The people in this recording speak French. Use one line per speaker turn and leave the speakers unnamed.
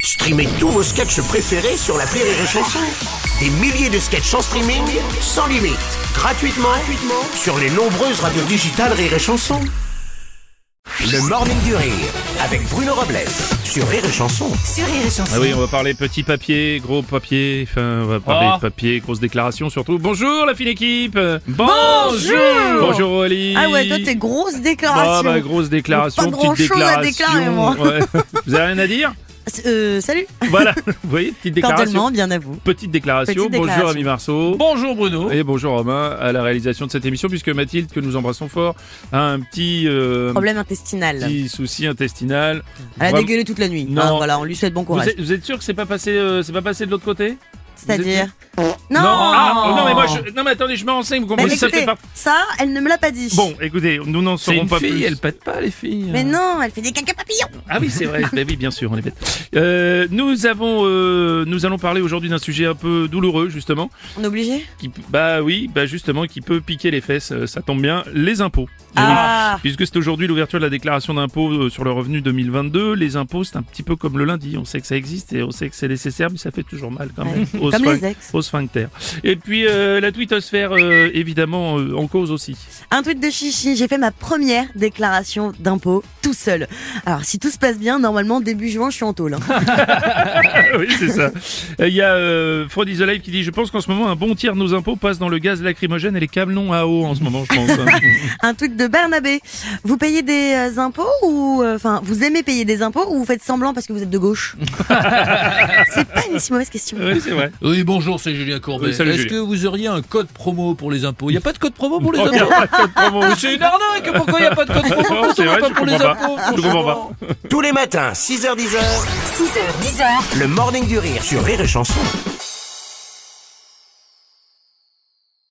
Streamez tous vos sketchs préférés sur la Rire et Chanson. Des milliers de sketchs en streaming, sans limite, gratuitement, gratuitement sur les nombreuses radios digitales Rire et Chanson. Le Morning du Rire avec Bruno Robles sur Rire et Chanson.
Ah oui, on va parler petit papier, gros papier, enfin, on va parler
Oh.
papier, grosse déclaration surtout. Bonjour la fine équipe
Bonjour
Bonjour Aurélie
Ah ouais, toi t'es grosse déclaration.
Ah bah grosse déclaration,
Pas
petite
grand-chose
déclaration.
à déclarer, moi.
Ouais. Vous avez rien à dire
Euh, salut,
Voilà, vous voyez, petite déclaration.
cordialement, bien à vous.
Petite déclaration,
Petite
bonjour
déclaration.
Ami Marceau.
Bonjour Bruno.
Et bonjour Romain à la réalisation de cette émission, puisque Mathilde, que nous embrassons fort, a un petit, euh,
Problème intestinal.
petit souci
Elle
intestinal.
a
Vraiment-
dégueulé toute la nuit.
Non.
Ah, voilà, on lui souhaite bon
Vous
courage.
êtes, vous êtes sûr que c'est pas passé, euh, c'est pas passé de l'autre côté
C'est-à-dire
Non, ah, non mais moi, je, non mais attendez, je me renseigne, vous
Mais
comprenez ça
écoutez,
fait pas.
ça, elle ne me l'a pas dit.
Bon, écoutez, nous n'en
C'est
saurons
une
pas
fille,
plus.
elle pète pas les filles.
Mais non, elle fait des caca papillons.
Ah oui, c'est vrai. Bah oui, bien sûr, on est bête. Euh, nous avons, euh, nous allons parler aujourd'hui d'un sujet un peu douloureux, justement.
On est obligé
Qui, bah oui, bah justement, qui peut piquer les fesses. euh, Ça tombe bien, les impôts.
Ah,
Puisque c'est aujourd'hui l'ouverture de la déclaration d'impôt euh, sur le revenu 2022, les impôts, c'est un petit peu comme le lundi. On sait que ça existe et on sait que c'est nécessaire, mais ça fait toujours mal quand même. Au
Comme
sphincter-
les ex.
au sphincter. Et puis euh, la twittosphère, euh, évidemment, euh, en cause aussi.
Un tweet de Chichi, j'ai fait ma première déclaration d'impôt tout seul. Alors si tout se passe bien, normalement début juin je suis en tôle. hein.
oui, c'est ça. Euh, Il y a euh, Fraud is Alive qui dit Je pense qu'en ce moment, un bon tiers de nos impôts passe dans le gaz lacrymogène et les canons à eau en ce moment, je pense. hein.
Un tweet de Bernabé, vous payez des euh, impôts ou... euh, Enfin, vous aimez payer des impôts ou vous faites semblant parce que vous êtes de gauche C'est pas une si mauvaise question.
oui, c'est vrai.
Oui, bonjour, c'est Julien Courbet.
Oui, salut,
Est-ce
Julien.
que vous auriez un code promo pour les impôts Il n'y a pas de code promo pour les
Oh, il y a
impôts
pas de code promo.
Mais C'est une arnaque Pourquoi il n'y a pas de code promo
Non, c'est
Pourquoi
vrai,
pas
je
pour les
comprends
impôts
pas. Je comprends pas.
Tous les matins, 6h10,
6h, 10h.
le Morning du Rire sur Rire et Chanson.